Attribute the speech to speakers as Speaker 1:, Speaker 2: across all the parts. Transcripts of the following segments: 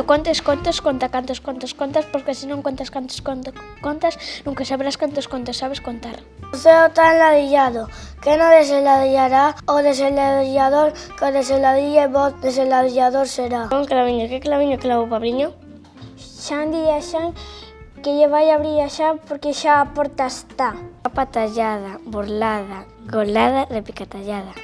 Speaker 1: Cando contes contos, conta cantos contos contas, porque se non contas cantos contos contas, nunca sabrás cantos contos sabes contar.
Speaker 2: O ceo tan ladillado, que no desheladillará o desheladillador, que o desheladille vos desheladillador será.
Speaker 1: Un claviño, que claviño clavo, pabriño?
Speaker 3: Xan di a Xan que lle vai abrir a Xan porque xa a porta está.
Speaker 1: Papa tallada, burlada, golada, repicatallada.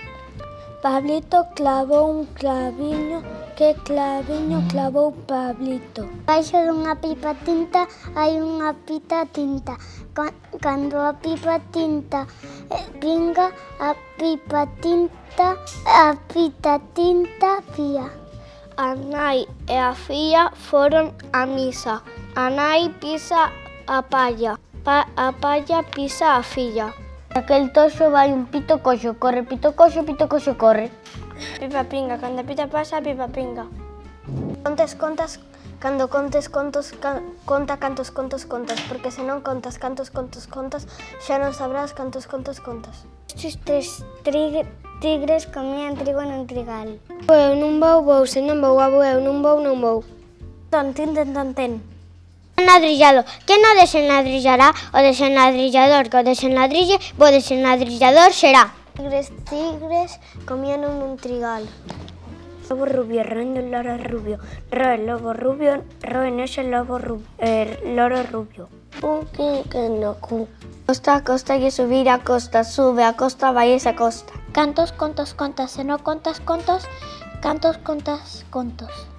Speaker 3: Pablito clavou un claviño que claviño clavou Pablito.
Speaker 4: Baixo dunha pipa tinta hai unha pita tinta. Con- Cando a pipa tinta eh, pinga, a pipa tinta, a pita tinta pía.
Speaker 3: A nai e a filla foron a misa. A nai pisa a palla. Pa a palla pisa a filla.
Speaker 4: Aquel toxo vai un pito coxo, corre pito coxo, pito coxo, corre.
Speaker 3: Pipa pinga, cando a pita pasa, pipa pinga. Contes contas, cando contes contos, can, conta cantos contos contas, porque se non contas cantos contos contas, xa non sabrás cantos contos contas.
Speaker 4: Estes tres tigres comían trigo nun trigal.
Speaker 3: Eu non vou, vou, se non vou, vou, eu non vou, non vou. Tontín, ten, tontín.
Speaker 4: Ladrillado. Que no desenladrillará o desenladrillador, que o desenladrille, o desenladrillador será.
Speaker 3: Tigres, tigres, comían un, un trigal. Lobo rubio, roendo el loro rubio, roe el lobo rubio, roe en ese lobo rubio, loro rubio.
Speaker 2: Puki que no cu. Costa a costa y subir a costa, sube a costa, va a costa.
Speaker 1: eh, Cantos contos contas, se non contas contos, cantos contas contos.